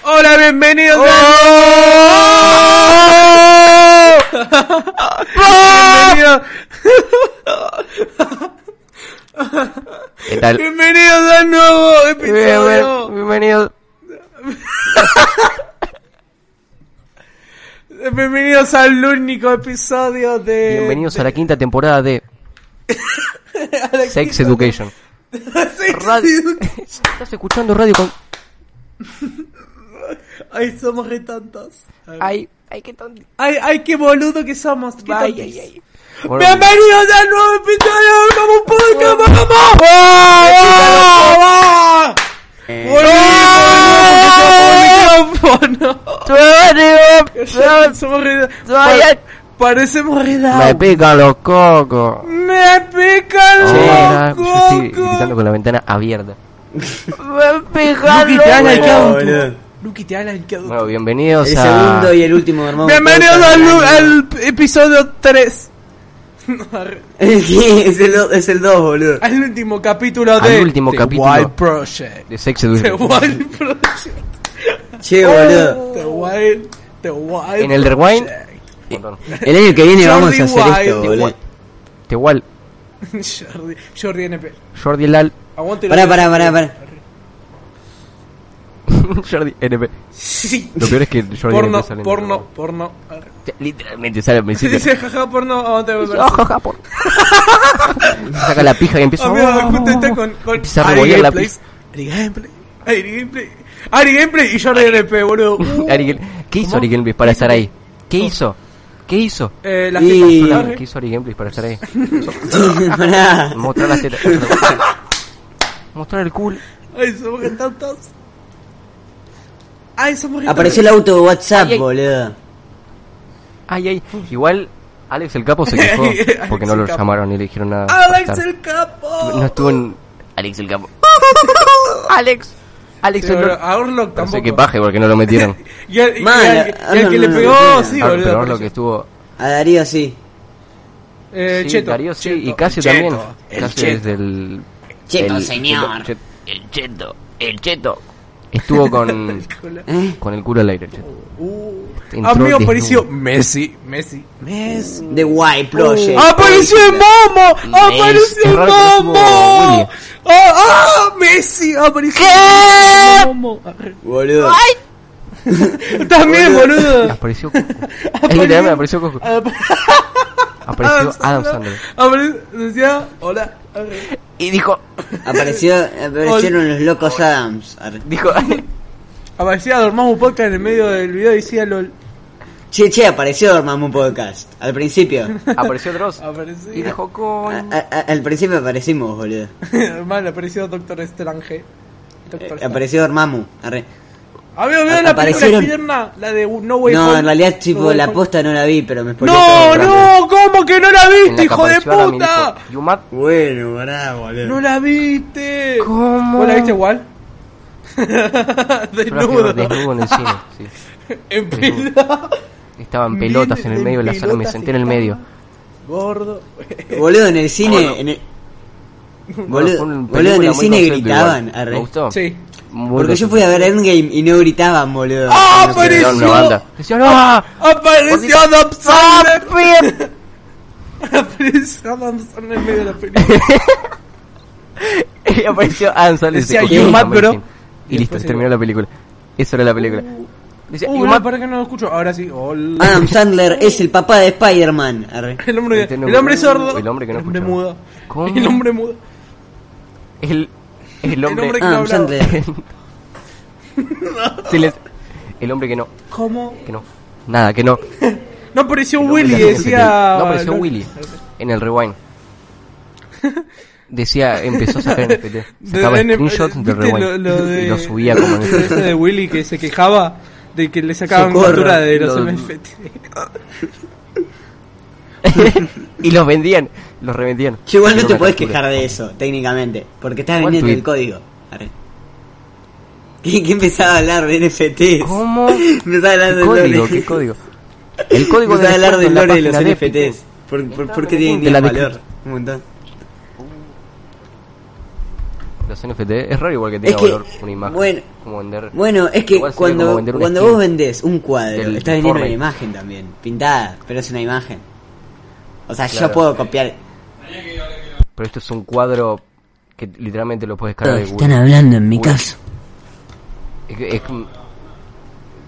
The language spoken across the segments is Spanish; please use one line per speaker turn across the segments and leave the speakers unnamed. Hola, bienvenidos a- Bienvenidos-
¿Qué tal?
bienvenidos al nuevo
Bienvenido.
episodio. Bienvenidos al único episodio de
Bienvenidos a la quinta temporada de
a la
Sex
quinta-
Education.
Sex
Radio-
Education.
Estás escuchando radio con...
Ay, somos re tontos.
Ay, ay, qué tonto.
Ay, ay, qué boludo que somos. Qué
Ay,
tontos.
ay, ay.
Bienvenidos al nuevo episodio de Como Podcast. ¡Vamos! ¡Vamos!
Eh.
¡Volvimos!
Oh,
¡Volvimos! Ya somos re-
Soy
pa-
el-
Parecemos
Me
redados.
pican los cocos.
Me pican
Che,
los
yo estoy gritando
cocos.
con la ventana abierta.
Me pican los
te has
cocos.
likeado, boludo.
Luqui, te has likeado.
Bueno, bienvenidos
El
a...
segundo y el último, hermano.
Bienvenidos al, nu- al episodio 3.
es el do- es el 2, boludo.
Al último capítulo
Al
de
último
The
capítulo.
Wild Project.
De Sex
The
Education.
Wild Project.
Che,
Oh.
boludo.
The Wild. The Wild.
En el rewind... Perdón.
El año que viene
Jordi
vamos a hacer
Wild,
esto,
Jordi
boludo.
Wild.
Te igual,
Project. Jordi, Jordi NP.
Jordi Lal...
Aguante
Pará, pará, pará, pará.
Jordi NP.
Sí.
Lo peor es que Jordi
Porno,
NP sale en-
porno, porno.
Literalmente sale al
Si
principio.
dice jaja porno, aguante, volver.
Ojo, Japón. Saca la pija y empieza "Oh".
Ah, mira, justo está con, con
Empieza a
Ari
revolver la
Gameplays. Ari Gameplay. Ari Gameplay. Ari Gameplay y Jordi NP, boludo. Uh.
Ari Gel- ¿Qué hizo
¿Cómo?
Ari Gameplays para estar ahí? ¿Qué hizo? ¿Qué hizo?
Eh, la
Y-
gente
Hola,
solar,
¿Qué
eh.
hizo Ari Gameplays para estar ahí?
pará.
Mostrar las tetas. Mostrar el culo.
Ay, somos que tantos. Ay, somos que
Apareció el auto de
Ay, ay.
WhatsApp, boludo.
Ay, ay. Igual Alex el Capo se quejó
Alex
porque no
el
lo
Capo.
llamaron ni le dijeron nada. para
Alex
estar.
el capo.
No estuvo en. Alex el Capo. Alex. Alex el
Pero
Capo.
a Orlok
No sé
tampoco.
qué paje porque no lo metieron.
Y al, y
Mal,
al- y
ah,
al
no,
que
no,
le
no,
pegó,
no, no.
sí,
Ah,
boludo.
pero
apareció.
lo que estuvo.
A Darío sí.
Eh,
Sí,
Cheto.
Darío sí, y
Cheto,
casi
Cheto,
también.
el
Casi
Cheto.
desde el.
Cheto,
el-
señor.
el- Chet- El cheto, el cheto. Estuvo con, con el culo al aire, el cheto.
Uh,
Entró
amigo,
desnudo.
apareció Messi, Messi, Messi.
The White Project.
Uh. ¡Apareció el Momo! ¡Apareció
Es
el
raro que no estuvo
Momo! ¡Ah,
Willy.
ah! ¡Messi! ¡Apareció el Momo!
Boludo.
También, boludo.
Apareció. es literalmente apareció Coco. Apareció Adam Sandler.
Apareció, decía, hola. Arre.
Y dijo.
Apareció, aparecieron los locos Adams. Arre.
Dijo.
Aparecía Dormamos Podcast en el medio del video y decía LOL.
Che, che, apareció Dormammu Podcast. Al principio.
apareció Dross. Y
Aparecía.
dijo,
A-
coño.
a- a- al principio aparecimos, boludo.
Hermano, apareció Doctor Strange.
Eh,
Doctor Strange.
Apareció Dormammu. Arre.
Amigo, ¿vieron la película
aparecieron-
Spiderman? La de No Way
No,
Home.
en realidad,
No
tipo,
Way
la
Home.
posta no la vi, pero me spoiló todo
No,
el
no, ¿cómo que no la
En la
viste,
que
hijo de
apareció Adam y
puta?
dijo, "You mad?"
Bueno, pará, boludo.
No la viste.
¿Cómo?
¿Vos la viste igual?
Yo la fui a ver
Desnudo.
Desnudo en el cine. sí.
En pila.
Estaban pelotas en el
Miles
medio de la sala. Me
pelotas
senté en el
y
medio.
camas. Gordo.
Eh, Boludo, en el cine. En el... Boludo,
Fue una
boludo, en
película muy
el cine
concepto
gritaban.
igual.
arre.
Me gustó.
Sí.
Muy
Porque yo
gracioso.
fui a ver Endgame y no gritaban, boludo.
¡Ah,
No sé.
pero
Era
es-
una banda. Decían, "Ah,
Apareció Adam Sandler. Apareció Adam Sandler en medio de la película.
Y apareció Adam Sandler. y se
Decía,
cogió
"You
un
mad,
Amazing".
bro.
Y,
Y
listo,
después
se terminó
llegó.
la película. Eso era la película. Decía,
Uy,
"You
no,
mad".
para que no lo escucho. Ahora sí. Hola.
Adam Sandler es el papá de Spider-Man. arre.
El hombre,
Ah, Este no-
el hombre sordo.
el hombre que no escuchaba.
mudo.
¿Cómo?
El hombre mudo.
el, el hombre.
hombre que-
Adam Sandler.
se les- el hombre que no,
¿Cómo?
que no. Nada, que no.
No apareció
El hombre
Willy,
que no se te-
decía.
No apareció
Lo-
Willy. En el rewind. decía, empezó a sacar NFT.
De
Sacaba
DNF
screenshots
¿viste
de Rewind.
lo, lo de,
y lo subía como
¿viste ese
NFT.
de Willy que se quejaba de que le sacaban
Socorro.
captura de los
Lo-
NFT.
Eh, y los vendían, los revendían.
Yo igual no
Era
te
una
podés
captura.
quejar de eso, técnicamente, porque estás
¿Cuál
vendiendo
tuit?
el código. Arre. ¿Qué, qué empezaba a hablar de NFTs?
¿Cómo?
Me estaba
¿Qué
hablando del
código?
lore.
¿Qué código? El
Me
código
estaba
del
hablando del
descuento
lore de
en la
los
página de Epic.
NFTs. ¿Por, por, por qué tienen
De la
valor?
descripción.
Un montón.
Los NFT es raro igual que
Es
tenga
que,
valor una imagen.
bueno,
como vender.
Bueno, es que
Igual sería como
cuando,
vender una
cuando
skin.
vos vendés un cuadro,
del
estás vendiendo una
Fortnite.
imagen también, pintada, pero es una imagen. O sea,
Claro.
yo puedo copiar.
Pero esto es un cuadro que literalmente lo puedes cargar de Google.
hablando en mi
Google. Es, que- es como-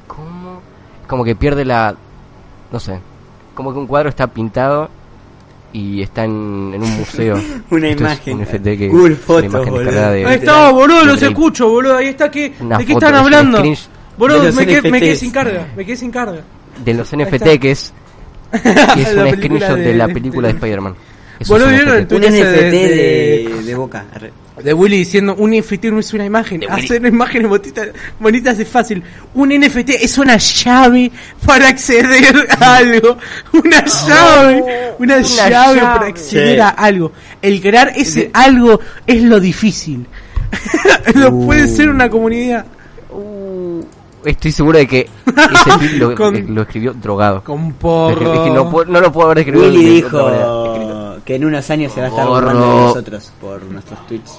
¿Cómo? Como que pierde la... No sé. Como que un cuadro está pintado y está en, en un museo.
Una
Esto es
imagen.
un NFT que
Google
una
Fotos,
imagen
boludo.
descargada de-
Ahí está, boludo, los
de-
escucho, boludo. Ahí está, que,
Una
¿de qué
foto,
están
es un
hablando?
screensh-
Boludo,
de los
me quedé, me quedé
NFTs.
sin carga, me quedé sin carga.
de los
Ahí
NFT
está.
que es, que es
La
un
película
screenshot de,
de-
la
de- este,
película de, Spider-Man. Eso
Boludo,
es un
¿vieron
NFT.
Tú
Un
dices
NFT
de-
de, de boca. arre.
De Willy diciendo, un NFT no es una imagen, hacer imágenes bonitas, bonitas es fácil. Un NFT es una llave para acceder a algo. Una llave, Mm. Oh. una, llave,
llave.
para acceder
Sí.
a algo. El crear ese algo es lo difícil. No puede ser una comunidad
Estoy seguro de que ese tweet lo,
Con-
lo escribió drogado.
con
Lo escri- es
porro.
que no, puedo- no lo puedo haber escrito.
Willy
de otra manera.
dijo que en unos años se va a estar
Gorro.
burlando de nosotros por nuestros tweets.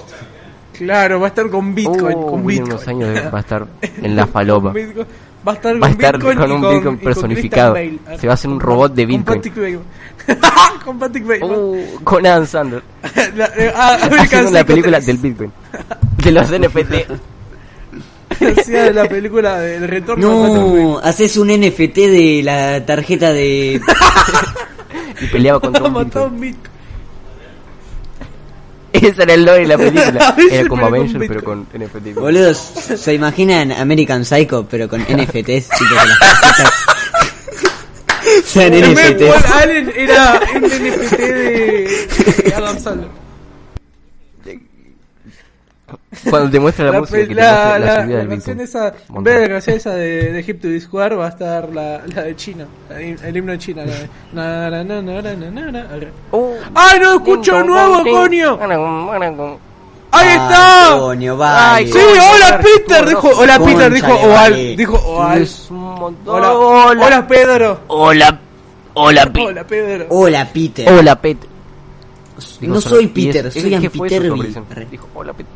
Claro, va a estar con Bitcoin,
Uh,
con Bitcoin.
Willy en unos años de- va a estar en la falopa.
Con Bitcoin. Va a estar con,
Va a estar
Bitcoin
con
y
un
con-
Bitcoin
y con
personificado.
Christian Bale.
Se va a hacer un robot de Bitcoin.
Con Patrick Bateman. con Patrick Bateman.
Uh, con Adam Sandler.
La- eh, ah,
Haciendo
alcancé
la película
con-
del Bitcoin. De los NFT.
Hacía de la película del retorno. de Patrick Bateman.
No, haces un NFT de la tarjeta de.
Y peleaba contra un
Mató a
Bitcoin.
un Bitcoin.
Ese era el lore de la película. Era
Avenger,
como
pero con
Avenger, pero
Bitcoin.
con NFT.
Boludos, se imaginan American Psycho, pero con NFTs, tipo que las tarjetas sean
En vez de Paul
NFTs.
Allen era un NFT de de Adam Sandler.
Cuando te muestra la,
La,
música, que
pe-
te
la,
muestra la,
la,
subida
la
del
canción
Bitcoin.
esa, en
Montón.
vez de la canción esa de, de Egipto y Square, va a estar la, la de China, la de- el himno de China. La de, na, na, na, na, na, na, na, na.
Uh,
¡Ay, no escucho de nuevo, coño! ¡Ahí
Ay,
está!
coño, vale.
¡Ay, sí! ¡Hola, Peter! Dijo, hola,
Concha
Peter, dijo
de
Oval.
vale.
Dijo Oval.
Es un montón.
Hola, hola, Pedro.
Hola. Hola, Pe-
Hola, Pedro.
Hola, Peter.
Oh,
Hola, Pet. Digo,
no
solo-
soy
y es-
Peter,
es
soy
que
Ann
fue
Peter
su
Bill.
aparición.
Arre.
Dijo, hola, Pet.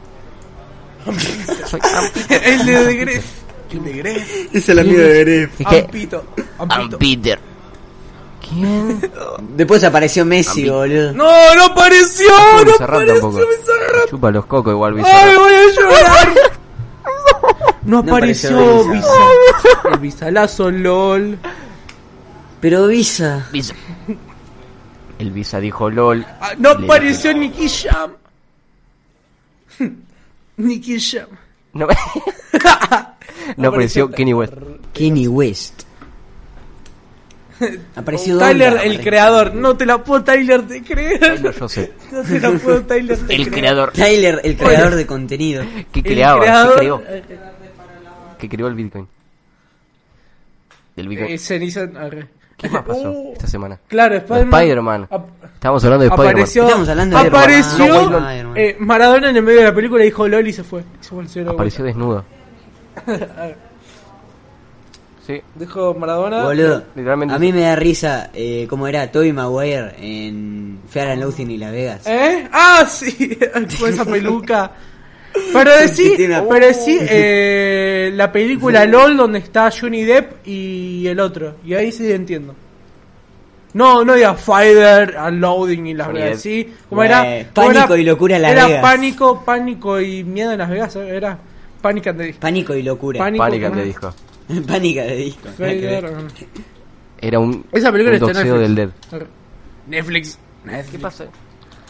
soy Ann Peter.
El de de Gref. El de Gref.
Es el amigo de Gref.
Es que-
Ampito. Ampito.
Peter. ¿Quién?
Después apareció Messi, boludo.
¡No, no apareció! Ah, ¡No
Bizarrap
apareció
tampoco.
Bizarrap! Ah.
Chupa los cocos igual, Bizarrap.
¡Ay, voy a llorar! No
No apareció
apareció
Bizarrap.
Bizarrap. El Bizalazo LOL.
Pero Visa.
El Visa dijo LOL.
Ah, No
Le-
apareció Nicky Jam. Nicky Jam.
No, no apareció Kenny West.
Kenny West. Apareció
Tyler,
Donda,
el
apareció.
creador. No te la puedo, Tyler, de creer.
Tyler Joseph.
No te la puedo, Tyler, te
El
creo.
creador.
Tyler, el creador de contenido.
Que
El
creaba,
creador- eh,
que creó. Que creó el Bitcoin. Del Bitcoin.
Eh, Ceniza. arre.
¿Qué más pasó
Uh,
esta semana?
Claro, Spider-Man.
Spider-Man.
Ap-
Estábamos hablando de Spider-Man.
apareció.
Estamos hablando de
apareció.
Spider-Man. No, Way, no.
eh, Maradona en el medio de la película dijo LOL y se fue. Se volvió de
Apareció
vuelta.
desnudo. Sí.
Dijo Maradona.
Boludo,
Literalmente.
a mí me da risa eh, cómo era Toby Maguire en Fear and Loathing y Las Vegas.
¿Eh? Ah, sí. Con esa peluca. Pero sí,
Tiene una-
pero sí eh, la película LOL donde está Johnny Depp y el otro. Y ahí sí entiendo. No, no digas Fighter, Unloading y Las
Johnny
Vegas,
Depp.
¿sí? ¿Cómo era?
Eh,
¿Cómo
Pánico
era?
y locura en Las
Era
Vegas.
pánico, pánico y miedo en Las Vegas, ¿eh? era Pánica de
Pánico y locura.
Pánico.
Pánica
¿cómo
te
era?
dijo.
Pánica de disco. nada que ver.
Era un,
Esa película
un
está en
doxeo del Dead.
Netflix. Netflix.
¿Qué pasa?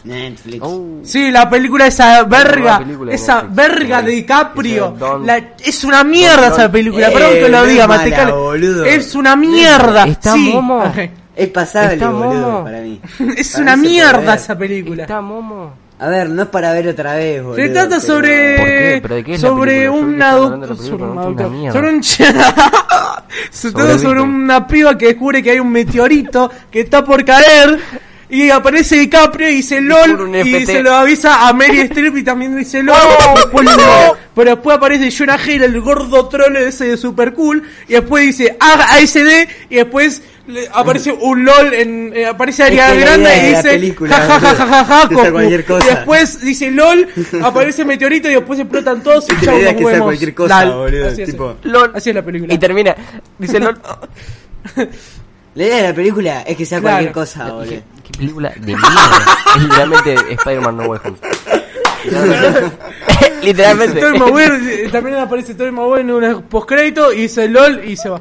Netflix.
Oh.
Sí, la película esa verga,
Nueva película de
esa
Netflix.
verga de
Ay,
DiCaprio.
ese Don-
la- es una mierda
Don-
esa película,
Eh,
perdón que
no
lo
es
diga,
mala,
Matecale.
boludo.
Es una mierda.
Está
sí.
Momo.
Ajá.
Es pasable,
Está
boludo,
Momo.
para mí.
Es
Para
una
mí se puede
mierda
ver.
esa película.
Está Momo.
A ver, no es para ver otra vez, boludo.
Se trata
pero-
sobre.
¿Por qué? ¿Pero de qué es la
sobre
película? Yo vi
un
que estaban hablando de
adulto.
la película,
Sobre un
no entiendo
adulto.
una mierda.
Sobre un. Se trata sobre
Sobreviste.
una piba que descubre que hay un meteorito que está por caer. Y aparece DiCaprio y dice
por
LOL
un
y
FT.
se lo avisa a Mary Streep y también dice LOL. Después lo- Pero después aparece Jonah Hill, el gordo troll ese de super cool. Y después dice "Ah, ASD y después le- aparece un LOL, en, eh, aparece
Es que
Ariana
la idea de la
Grande y dice
película,
"Ja, ja, ja, ja, ja, ja,
boludo, es
Goku".
hacer cualquier cosa.
Y después dice LOL, aparece meteorito y después explotan todos y
Y
chau,
la idea
nos
es que sea
vemos.
cualquier cosa,
Lol.
boludo.
Así es.
tipo,
LOL.
Así es la película.
Y termina. Dice LOL.
La idea de la película es que sea
Claro.
cualquier cosa, boludo.
Dije, ¿Qué película de mierda? es literalmente Spider-Man No Way Home. literalmente.
Tobey Maguire, eh, también aparece Tobey Maguire en un postcrédito y dice LOL y se va.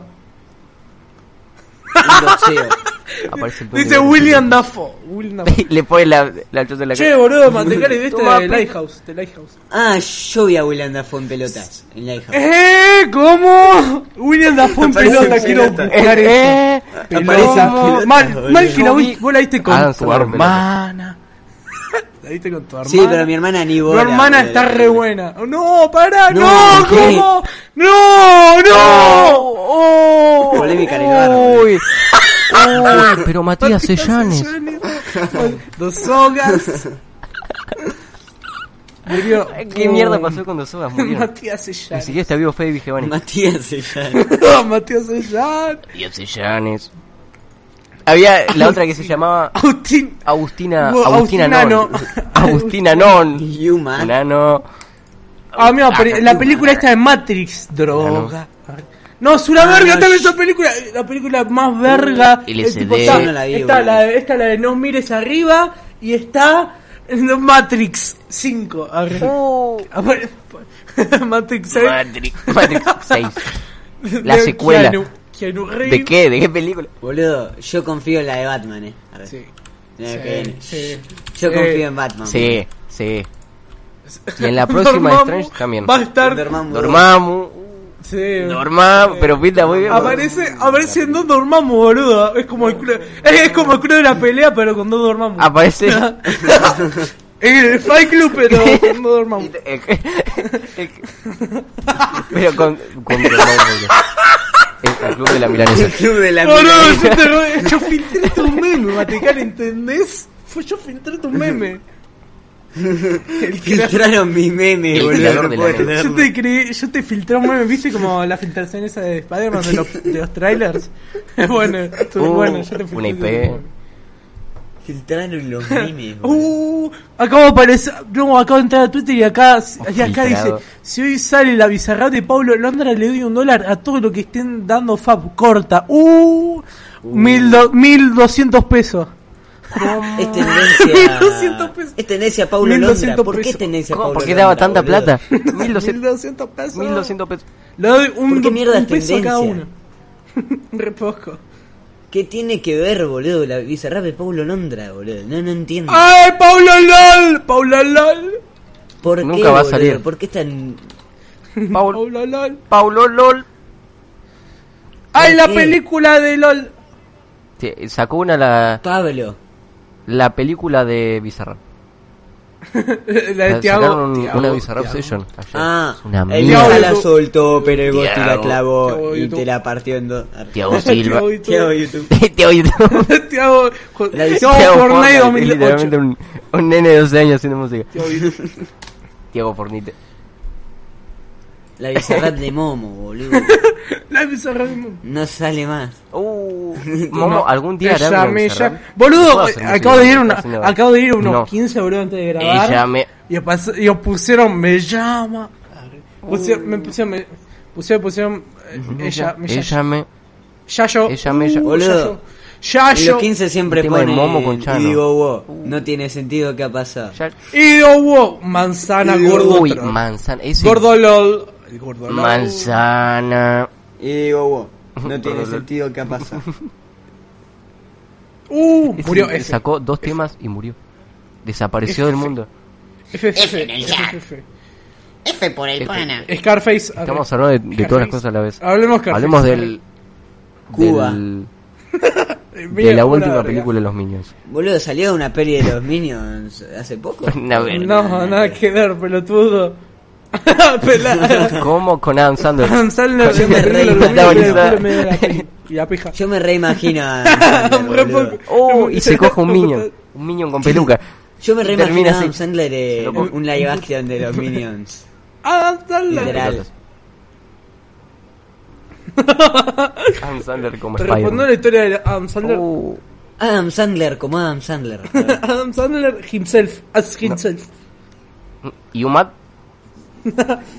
Un boxeo.
Aparece el duende
Dice
verde.
William Dafoe. William Dafoe.
Le pone la, la chota en la
Che,
cara.
boludo, mantecale de este
Toma,
de
pe-
Lighthouse, de Lighthouse.
Ah, yo vi a William Dafoe en pelotas. En Lighthouse.
¿Eh? ¿Cómo? William Dafoe en
Aparece
pelota,
en
quiero
pelota.
buscar eso.
Eh,
Aparece en
¿Cómo?
pelota,
Mal,
boludo.
mal que la
Yo
vi-
vi-
vos la viste con
Adam
tu
Sandler en pelota.
hermana. La viste con tu hermana.
Sí, pero mi hermana ni
Tu
bola.
hermana
boludo,
está
la
re
verdad.
buena. No, pará, no,
No, ¿por qué?
¿cómo? No, no. Oh,
Polémica en el bar, boludo.
Uy. Uy, pero Matías Sellanes.
Dos sogas. Murió. oh,
¿Qué mierda pasó cuando Soda murió? Ni
Matías Sellanes.
siquiera está vivo Fabi Giovanni.
Matías se llama.
Matías Sellanes.
Matías Sellanes. Había la otra que se llamaba
Agustín.
Agustina.
Bueno,
Agustina
Agustina
Non.
no.
Agustina Non.
Y Uma.
Una no.
Ah, mira, peri- la película esta de Matrix, droga. No, es una
Ah,
verga,
no,
esta
yo-
es la película, la película más verga.
LCD.
El tipo está-
Yo no la vi,
está
boludo.
la, esta es la de No mires arriba y está en The Matrix 5. A ver.
Uh.
A ver, Matrix 6.
Matrix. Matrix 6. la secuela.
Keanu, Keanu Reeves.
¿De qué? ¿De qué película?
Boludo, yo confío en la de Batman, eh. Arre.
Sí.
La
sí,
que viene.
sí.
Yo
Sí.
confío en Batman.
Sí, sí. Y en la próxima de
Dormammu
Strange también.
Va a estar.
Dormammu.
Dormammu.
Sí.
Dormammu. Pero pinta muy bien.
Aparece, aparece en dos dormamos, boludo. Es como el club, es, es como el club de la pelea, pero con dos dormamos.
Aparece.
el Fight Club, pero con dos dormamos.
Pero con. con el, el club de la milanesa.
El club de la
Boludo,
milanesa.
yo, te lo- yo filtré tu meme, Matecal, ¿entendés? Fue yo filtré tu meme. El cra-
Filtraron mi meme,
El
boludo.
creador
No
de la
puedo
meme.
creerlo.
yo te creí, yo te filtré un meme, viste como la filtración esa de Spider-Man de los, de los trailers. Bueno, esto-
Uh,
bueno, yo te filtré.
una
tu
IP.
meme.
Filtraron los memes, boludo.
Uh, acabo de aparecer, no, acabo de entrar a Twitter y acá, y acá dice,
Filtrado.
si hoy sale la bizarra de Pablo Londra le doy un dólar a todo lo que estén dando Fab corta. Uh, mil, do- mil doscientos pesos.
Es tendencia.
1200 pesos.
Es tendencia Paulo
1200
Londra. ¿Por qué
pesos.
es tendencia
¿Cómo?
Paulo
¿Por qué
Londra,
daba tanta
boludo?
plata?
Mil
1200
doscientos pesos.
1200 pesos.
Le doy un,
¿Por qué mierda
un
es
peso a cada uno.
tendencia?
un reposco.
¿Qué tiene que ver, boludo? La bizarrap de Paulo Londra, boludo. No, no entiendo.
Ah.
¡Ay, Pablo LOL! ¡Pablo LOL!
¿Por
Nunca
qué,
va a
boludo?
salir.
¿Por qué es tan
Paulo,
¡Pablo LOL!
Paulo LOL.
¡Ay, la
qué?
película de LOL!
Sí, Sacó una la,
Pablo?
la película de Bizarrap.
la de Tiago.
Sacaron una Bizarrap Session. ayer.
Ah,
Es una
el
mierda.
Tiago-
Inca la soltó, pero el Gosti la
Tiago.
clavó
Tiago
y
YouTube.
te la partió en dos. Arre.
Tiago Silva.
Tiago y todo.
Tiago YouTube.
Tiago YouTube.
Tiago.
La de
Tiago
Tiago
Fortnite
Fortnite,
2008.
Literalmente un, un nene de 12 años haciendo música.
Tiago YouTube.
Tiago Fornite.
La bizarrap de Momo, boludo.
La bizarra del mundo.
No sale más.
Uh, Momo, algún día hará
Ella
una
me
Bizarrap?
llama- Boludo, eh,
No puedo hacer
acabo
música,
de ir, una,
no puedo hacer nada.
acabo de ir unos
No.
15 boludo antes de grabar.
Ella me.
Y, pas- y pusieron, me llama. Pusieron, me pusieron, me pusieron, pusieron, eh, ella, me
Ella me.
Yayo.
ella me llama.
Boludo. Y
Yayo.
los 15 siempre
tema de
ponen
Momo con Chano.
y digo, wow,
Uh.
no tiene sentido que ha pasado.
Ya-
Y yo hubo manzana,
Y
gordo.
Uy,
troll.
manzana. Ese
Gordo LOL. El gordo LOL.
Manzana.
Y digo, wow, no tiene
Perdón.
sentido que ha pasado.
Uh,
Ese
murió
le
ese.
Sacó dos temas y murió. Desapareció del mundo.
FF.
F en el chat.
FF.
F por el pana.
Scarface.
Estamos hablando de, de todas las cosas a la vez.
Hablemos Scarface.
Hablemos del.
Cuba.
del-
Eh,
de
medio
la
una
última
verga.
película de los Minions.
Boludo, salió una peli de los Minions hace poco.
Una verga.
No, nada que ver, pelotudo. Pelá.
¿Cómo con Adam Sandler?
Adam Sandler
Con-
es una película de los
Protagonizada.
Minions, le pone medio la peli y la pija.
Yo me reimagino a.
Un re poco.
Oh, y se coge un Minion. Un Minion con peluca.
Yo me reimagino
Termina
a
así.
Adam Sandler eh,
Se lo
un live action de los Minions.
Adam Sandler.
Literal.
Adam Sandler como
Respondió
Spider-Man.
la historia de Adam Sandler.
Oh,
Adam Sandler como Adam Sandler.
Adam Sandler himself, as himself.
y Umat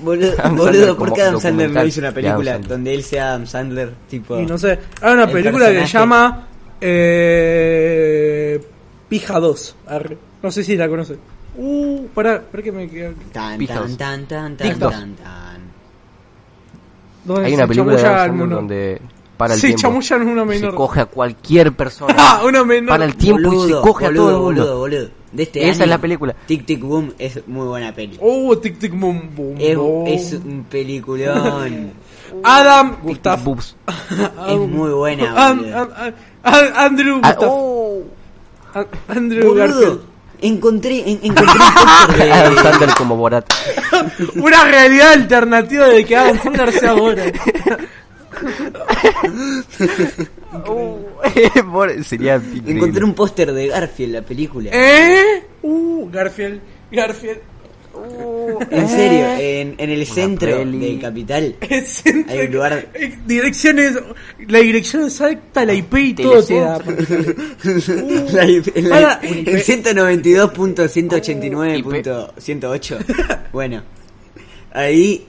Boludo,
Adam Sandler
boludo ¿por qué
como
Adam Sandler no
documental
hizo una
de
película
Adam Sandler.
donde él sea Adam Sandler? Tipo.
Y no sé, hay una
El
película que
personaje.
se llama eh, Pija 2. Arre. No sé si la conoce. Uh, pará, pará que me quedé.
Tan,
Pijos.
tan, tan, tan, tan,
Pijos.
tan, tan.
Donde
Hay
se
una película de
chamullan
Adam Sandler
uno.
donde para el
Se
tiempo.
chamullan una menor.
Se coge a cualquier persona.
Ah, una menor.
Para el tiempo y se
Boludo,
coge
boludo,
a todo el mundo.
boludo, boludo. De este
Esa es
año,
la película.
Tic Tic Boom es muy buena peli.
Oh, tic tic boom boom.
Es,
boom.
es un peliculón.
Adam
Tic-tac
Gustav.
boobs.
es muy buena,
An-
boludo.
an- an- an- Andrew
Ah,
Gustav.
oh.
An- Andrew
Boludo,
Garfield.
encontré, en- encontré un póster
Adam
de...
Sandler como Borat.
Una realidad alternativa de que Adam Sandler sea ahora. Eh,
Oh, Borat Sería increíble.
Encontré un póster de Garfield, la película.
¿Eh? Uh, Garfield. Garfield.
En serio,
eh.
en, en el centro
peli.
de Capital.
Es en-
Hay un lugar-
eh, direcciones. La dirección exacta, la IP y todo te da.
La-
Para-
la- el 192.189.108. Bueno, ahí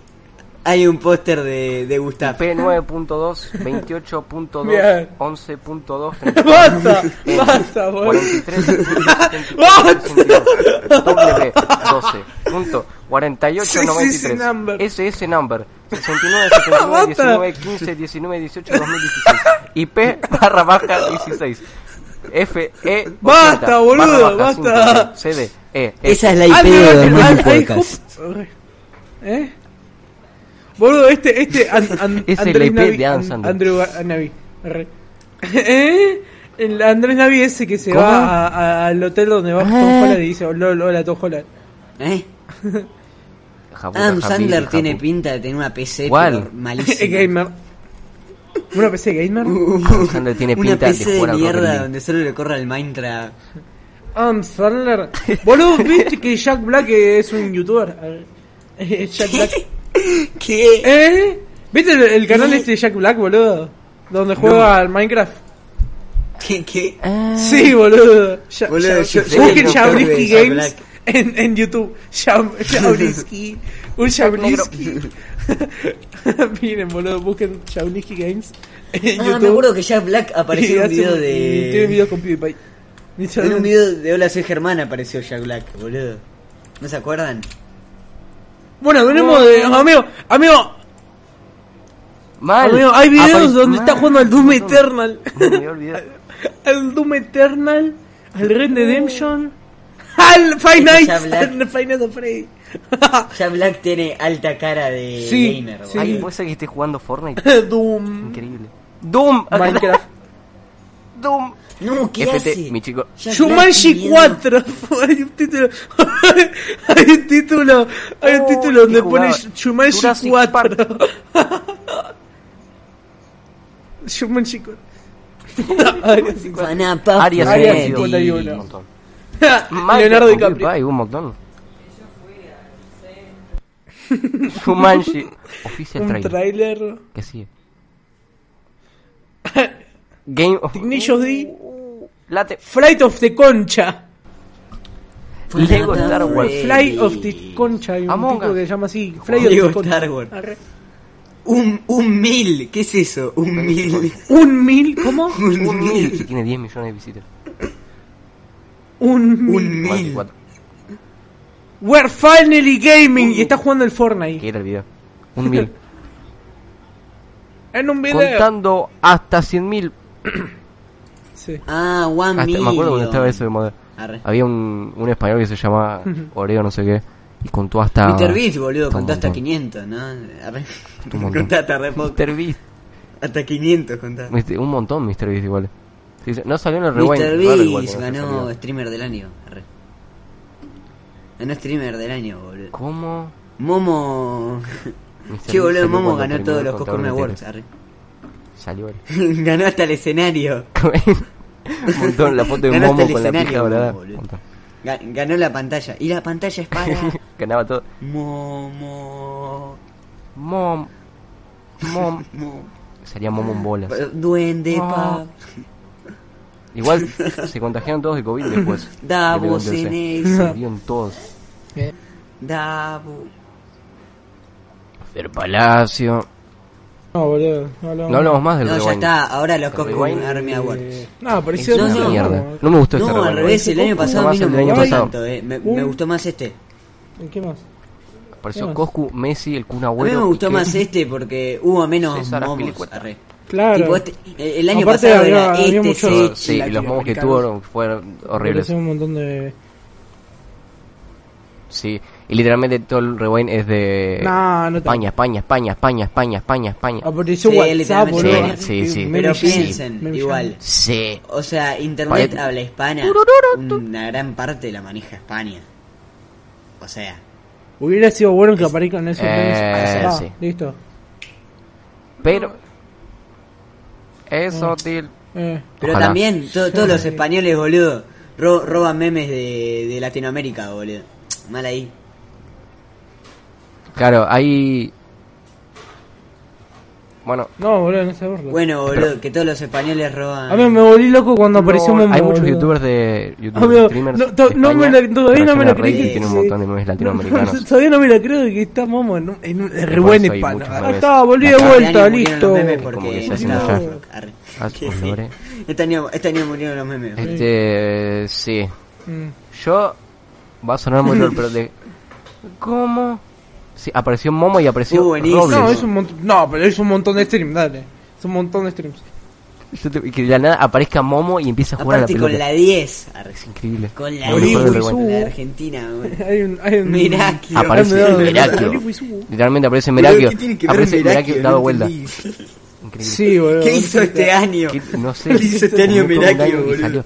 hay un póster de, de Gustav.
P9.2,
Bien.
28.2, 11.2,
Basta,
Eh,
basta, boludo.
43,
Basta.
W12, punto, 48,
Sí, sí, ese
93,
number.
SS number, 69, 79, 19, 15, 19, 18, 2016, IP barra baja 16, F, E, 80,
Basta,
barra
boludo,
baja
basta.
5, CD, E, E.
Esa es la IP
Andrew
de
Garfield,
Dormir
Al- Al-
Podcast.
Hop- ¿Eh? Boludo, este, este, an, an-
Es el
Andrés
IP
Navi,
de Adam
an-
Sandler.
Andrew Ga- Navi, arre. ¿Eh? El Andrés Navi ese que se
¿Cómo?
va a- a- al hotel donde va Tom
Ah.
Holland y dice, hola, hola, Tom Holland.
¿Eh?
Jabuta,
Adam
jabuta,
Sandler tiene
jabuta.
pinta de tener una PC
¿Cuál?
pero
Es
malísima.
gamer. ¿Una PC gamer?
Adam
Sandler tiene
una
pinta de
PC de,
jugar al Rocket
mierda
League.
donde solo le corra el Minecraft.
Adam Sandler. Boludo, viste que Jack Black es un youtuber. Arre. Eh, Jack Black.
¿Qué?
¿Eh? ¿Viste el, el canal este de Jack Black, boludo? Donde juega al Minecraft.
¿Qué? ¿Qué?
Sí, boludo. Ya,
Boludo,
ya-
yo- yo
busquen
soy
Jabrisky
el doctor de
Games
Jack
en, en YouTube. Jab- Jabrisky. Un Jabrisky. Miren, boludo, busquen Jabrisky Games en
Ah,
YouTube.
me acuerdo que Jack Black apareció
Y
en un
hace
video
y Tiene un
de...
video con PewDiePie.
En un video de Hola soy Germán apareció Jack Black, boludo. ¿No se acuerdan?
Bueno, tenemos de... Amigo, amigo,
Mal.
Amigo, hay videos
Aparece-
donde
mal.
está jugando al Doom
No,
Eternal.
me había olvidado.
al Doom Eternal, al Red Redemption, al Five
Este
Nights,
ya hablar.
al Five Nights at Freddy.
Jack Black tiene alta cara de
Sí,
gamer,
sí.
boludo.
Ay, puede ser que esté jugando Fortnite.
Doom,
Increíble. Doom.
Minecraft,
Doom.
No, ¿qué
FT,
hace?
mi chico.
Jack Black
Shumanji
pidiendo-
4. hay un título, hay un título, hay un
Oh,
título donde
qué jugada.
pone Shumanji
Jurassic
4. Shumanji 4.
Fanapa
Arias
Arias
Freddy.
51.
Un montón.
Leonardo
Michael,
DiCaprio.
Ay, un montón. Shumanji. Official
Un
trailer.
trailer.
Que sigue. Game of...
Ignatius D.
Late.
Flight of the Concha.
Fanapa
Lego Star Wars.
Freddy.
Fly of the Concha, hay un
Among
tipo
Us.
que se llama así. Fly of
Digo,
the Concha.
Star Wars.
Arre.
Un, un mil, ¿qué es eso? Un mil.
Un mil, ¿cómo?
Un
Un mil que
mil.
tiene 10 millones de visitas.
Un mil.
Un mil.
44.
We're finally gaming. Y está jugando el Fortnite.
Que era el video. Un mil.
En un video.
Contando hasta 100.000.
Sí.
Ah, one
Hasta-
mil.
este, Me acuerdo cuando estaba eso de moda.
Arre.
Había un, un español que se llamaba Oreo, no sé qué. Y contó hasta.
Mr. Beast, boludo,
hasta Ah, un
contó hasta
montón.
500, ¿no? Arre.
Un montón.
Contó hasta re poco.
Mr. Beast.
Hasta 500 contó.
Mr. Un montón, Mr. Beast, igual. Sí, sí, no salió en el rewind.
Mr.
raro igual que
Beast
no haya
ganó
salido.
streamer del año. Arre. Ganó streamer del año, boludo.
¿Cómo?
Momo.
Mr.
Che, boludo,
salió
Momo
cuando
ganó
terminó
todos
el
los
contador
Coscom
de
Awards.
Tele.
arre.
Salió el.
Ganó hasta el escenario.
Un montón, la foto de
Ganó hasta
Momo
el
con la pija
escenario,
dorada.
boludo.
Un montón.
Ga- Ganó la pantalla. Y la pantalla es para.
Ganaba todo.
Momo.
Mom. Mom.
Momo.
Sería Momo en bolas.
Duende,
Mo-
Ah.
pa.
Igual se contagiaron todos de COVID después.
Davos
Del evento ese.
en eso.
Se dieron todos.
Davo.
Fer Palacio.
No, boludo. No, hablamos.
No hablamos más del
No, ya
rewind.
está. Ahora los
El
Cosco
rewind,
Army Awards.
Eh, No, pero
Es
hicieron
una
no, no.
mierda. No me gustó este
No, al
rewind.
revés, el año
Me
gusta
pasado a mí
más
no
el
me
del año
gustó
pasado.
tanto, eh. me,
Un-
me gustó más este.
¿En qué más?
Apareció
Vamos.
Coscu, Messi, el Kun Agüero.
a mí me
y
gustó
que-
más este porque hubo menos
César
momos.
Azpilicueta.
arre.
Claro.
Tipo este- eh, el año
Aparte
pasado
había-
era
había
este,
mucho-
ese,
Sí, y los momos que
latinoamericanos.
tuvo fueron horribles.
Apareció un montón de.
Eh, Sí, y literalmente todo el rewind es de
No, no te- Ah,
España, España, España, España, España, España, España.
Apareció
Sí,
WhatsApp,
literalmente.
boludo.
Sí, sí, sí.
Mary
Pero
Jane.
piensen,
Mary Jane.
igual.
Sí.
O sea, internet
Vaya-
habla hispana. Una gran parte la maneja España. O sea,
Hubiera sido bueno que aparezca en esos
Eh,
memes. Ah,
sí.
Listo.
Pero eso til-
Eh,
pero
Ojalá.
también to- todos los españoles, boludo, ro- roban memes de, de Latinoamérica, boludo. Mal ahí.
Claro, hay Bueno,
no, boludo, no se burla.
Bueno, boludo, que todos los españoles roban.
A mí me volví loco cuando apareció
no,
Momo.
hay muchos
boludo.
youtubers de youtubers
Ah, boludo,
streamers.
no, to-
de
no me
España,
la- todavía no me la
Regina Reyes
creí que-
tiene un montón de memes latinoamericanos.
No, no, todavía no me la creo que está Momo en un, en un re buen
hay
hispano.
muchos
Ah,
memes.
está, volví de
Acá
Este año
vuelta,
murieron los
listo.
memes
Como
porque
que se
no
hacen
estaba
usar.
Brock, arre.
Ah,
Que
pues,
sí.
logré.
Este año, este año murieron los
Eh,
memes.
Este, sí.
Mm.
Yo va a sonar muy raro, pero de ¿Cómo? Sí, apareció Momo y apareció
Uh, buenísimo.
Robles.
No, es un montón, no, pero es un montón de streams, dale. Es un montón de streams.
Yo te- y que de la nada aparezca Momo y empieza a jugar
Aparte
a la pelota.
con la 10. arre.
Es increíble.
Con la
No, no,
10
no, no, no,
con
no,
la
no.
de Argentina, boludo.
Hay un, hay un Ah,
Mirá, que-
Aparece
Mirá,
Merakio.
mirá, mirá.
Literalmente aparece Merakio.
¿Qué tiene que ver
Aparece
Merakio?
Merakio dado
No
vuelta.
entendí.
Increíble.
Sí, boludo.
¿Qué hizo este año?
Que- No sé.
¿Qué hizo este año
Tuvo un
Merakio,
año y
boludo?
salió.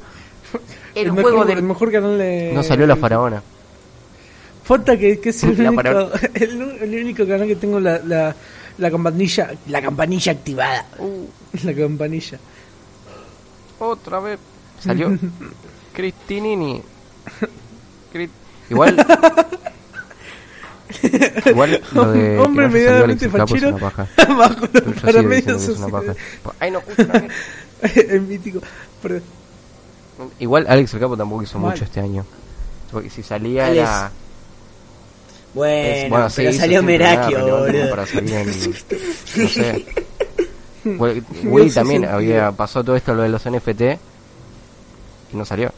El
mejor-
juego
el
del...
mejor canal de
No salió la faraona.
Falta que, que es el
La
único,
paró-
el, un- el único canal que tengo la, la, la campanilla la campanilla activada.
Uh.
La campanilla.
Otra vez. Salió Cristinini. Cri- Igual... Igual lo de...
Hombre
que no haya salido
medianamente
Alexis Capo es
fachero
una paja.
bajo
Yo
los
sigo diciendo
paramedios
que es una
sociales.
paja. Ay, no, otra vez.
El mítico. Pero,
Igual Alex el Capo tampoco hizo
Mal.
mucho este año. Porque si salía
Alex.
era...
Bueno,
Es-
pero
sí,
salió
hizo siempre nada
Merakio,
relevante como
boludo.
Para salir en, no sé. Güey, Willy también había pasó todo esto lo de los NFT y no salió.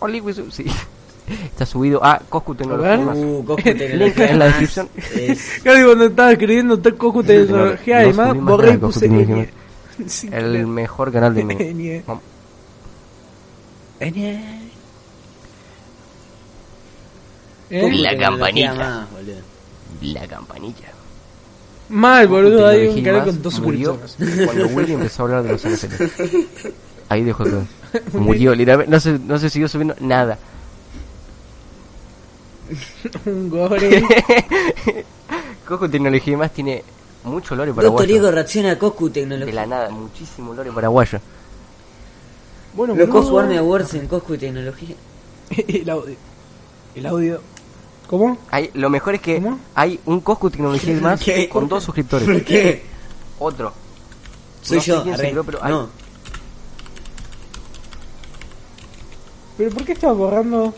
Only with you, sí. Está subido. Ah, Coscu
A ver.
Tecnología. más.
Uh, Coscu te lo
Link en la
más.
descripción.
Es-
claro, cuando estaba escribiendo tal coco tecnología y
No
más,
subí más
borré
nada,
y
Coscu
puse
tenía que
N.
ver.
Sin
El mejor canal de mi.
N.
Vamos.
querer.
Coscu
¿Eh?
La
te lo
campanita.
hacía más, boludo.
La campanilla.
Mal, boludo, hay un
Tecnología
canal
más
con dos
murió
suscriptores.
Cuando Willy empezó a hablar de los NFT. Ahí dejó todo. Murió, literalmente. No se, no se siguió subiendo nada.
Un gore.
Coscu Tecnología y más tiene mucho lore
Doctor
paraguayo.
Diego reacciona a Coscu
De
Tecnología.
la nada, muchísimo lore paraguayo.
Bueno,
Los Coscu
boludo.
Army Awards en Coscu y Tecnología.
El audio. El audio. ¿Cómo?
Hay, lo mejor es que
¿Cómo?
hay un Coscu Tecnología y más
¿Qué?
con dos
¿Por
suscriptores.
qué?
Otro.
Soy
No sé
yo,
quién se
arre.
enteró, pero hay-
No,
¿Pero por qué estaba borrando?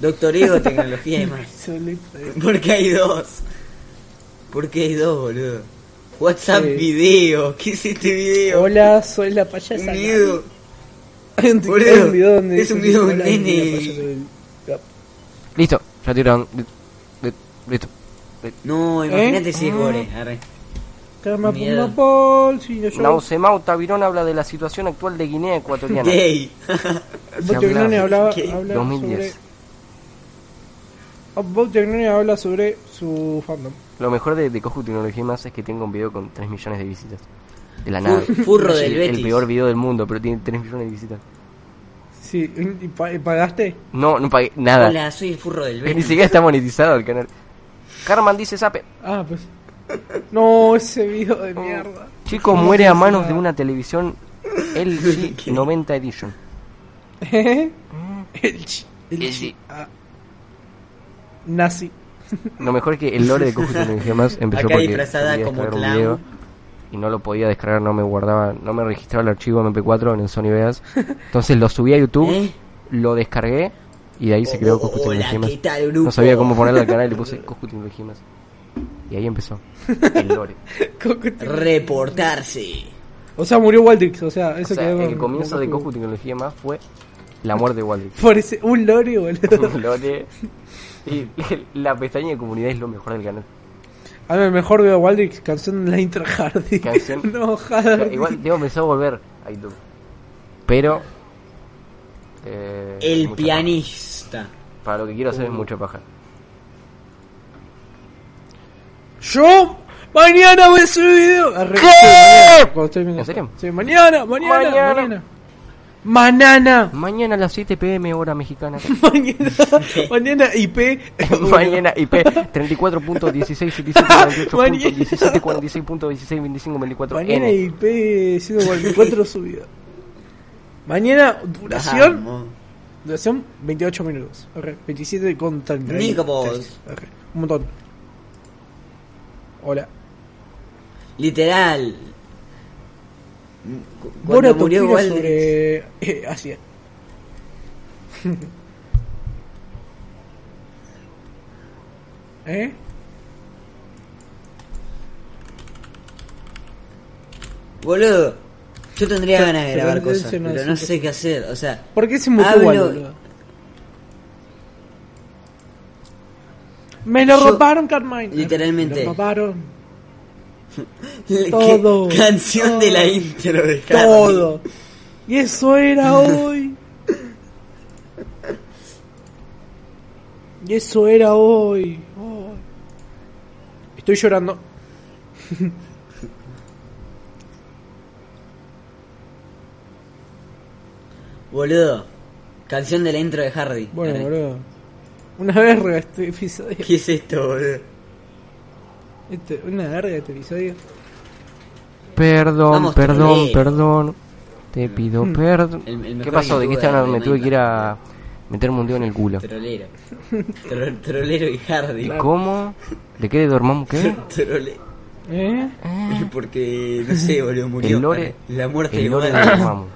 Doctor Diego Tecnología y más.
Solito.
¿Por qué hay dos? ¿Por qué hay dos, boludo? WhatsApp
Sí.
video. ¿Qué es este video?
Hola, soy la payasa.
Un video.
Hay un
Boludo,
hay un video donde
es un
dice,
video de un
"Hola, soy la
nene".
payasa del-
Listo, ya tiraron. Li- li- Listo. ¿Eh?
No, imagínate si es gore.
Ah.
Arre.
Karma
Miedo.
Puma Paul, si no yo.
Nausemau Tavirón habla de la situación actual de Guinea Ecuatoriana.
Gay.
Bob Giagnone hablaba,
¿Qué?
habla
2010.
sobre. Oh, Bob Giagnone habla sobre su fandom.
Lo mejor de, de Coscu Tecnología y más es que tengo un video con 3 millones de visitas. de la nada.
Fur- furro
Es
del
el, el
Betis.
peor video del mundo, pero tiene 3 millones de visitas.
Sí, ¿y pa- y pagaste?
No, no pagué nada.
Hola, soy el furro del
Ni
Betis.
siquiera está monetizado el canal. Carman dice Sape.
Ah, pues. No, ese video de mierda.
Chico muere a manos de una televisión LG 90 Edition.
¿Eh? El chi. El
El
chi-
chi.
ah. Nazi.
Lo mejor es que el lore de Cujus Tecnología Más empezó
Acá
porque
disfrazada
quería
como
descargar un
clown.
video y no lo podía descargar, no me guardaba, no me registraba el archivo MP4 en el Sony Vegas. Entonces lo subí a YouTube,
¿Eh?
lo descargué y de ahí se creó
Oh,
Cujus
hola,
Tecnología Más.
¿qué tal, grupo?
No sabía cómo ponerle al canal y le puse Cujus Tecnología Más. Y ahí empezó el lore.
Reportarse.
O sea, murió Waldrix, o sea,
O
eso
sea,
quedó
el
con-
comienzo
con
de
Goku.
Cujus Tecnología Más fue la muerte de Waldrick.
Por ese, un lore, boludo.
Lore. Y la pestaña de comunidad es lo mejor del canal.
A ver, mejor veo Waldrix, canción de la intro Hardy.
Canción.
No,
O sea,
Hardy.
igual debo pensar volver a YouTube. Pero. eh,
El Uh.
mucha
pianista.
paja. Para lo que quiero hacer es mucha paja.
Yo mañana voy a subir video. Arre, sí, mañana, cuando estoy viendo.
¿En serio?
Sí, mañana, mañana,
Mañana.
mañana. Mañana.
Mañana a las 7 pm, hora mexicana.
Mañana. mañana IP.
Mañana IP 34.16.17.48.17.46.16.25.24
Mañana
N.
IP 144 subido. Mañana duración.
Vamos.
Duración 28 minutos. Arre, 27 con 30.
Nico Boss.
Arre, Un montón. Hola.
Literal. Cu- Cuando
Borat
murió
opina
Waldrix.
sobre eh, Asia. ¿Eh?
Boludo, yo tendría
Pero-
ganas de
pero
grabar
entonces
cosas,
no
pero
es
no
un-
sé qué hacer. O sea,
¿Por qué se murió
Hablo-
igual, boludo? Me lo
Yo-
robaron, Carmine.
Literalmente.
Me lo robaron.
¿qué
Todo,
canción
todo.
de la intro de Hardy.
Todo. Y eso era hoy. Y eso era hoy. Hoy. Estoy llorando.
Boludo, canción de la intro de Hardy.
Bueno,
Arre.
boludo. Una verga este episodio.
¿Qué es esto, boludo?
Este, una verga este episodio.
Perdón,
Vamos,
perdón,
Toledo.
perdón. Te pido
Hmm.
perdón.
El- el
¿Qué
mejor
pasó? ¿De qué
youtuber
están hablando?
de
Me tuve que ir
Minecraft.
a meterme un dedo en el culo.
Trolero. Tro- trolero y Hardy.
¿Y cómo? ¿De qué de dormamos qué?
Trole-
¿Eh?
Porque, no sé, boludo, murió.
El lore.
Arre. La muerte de
El lore de
Waldrix.
dormamos.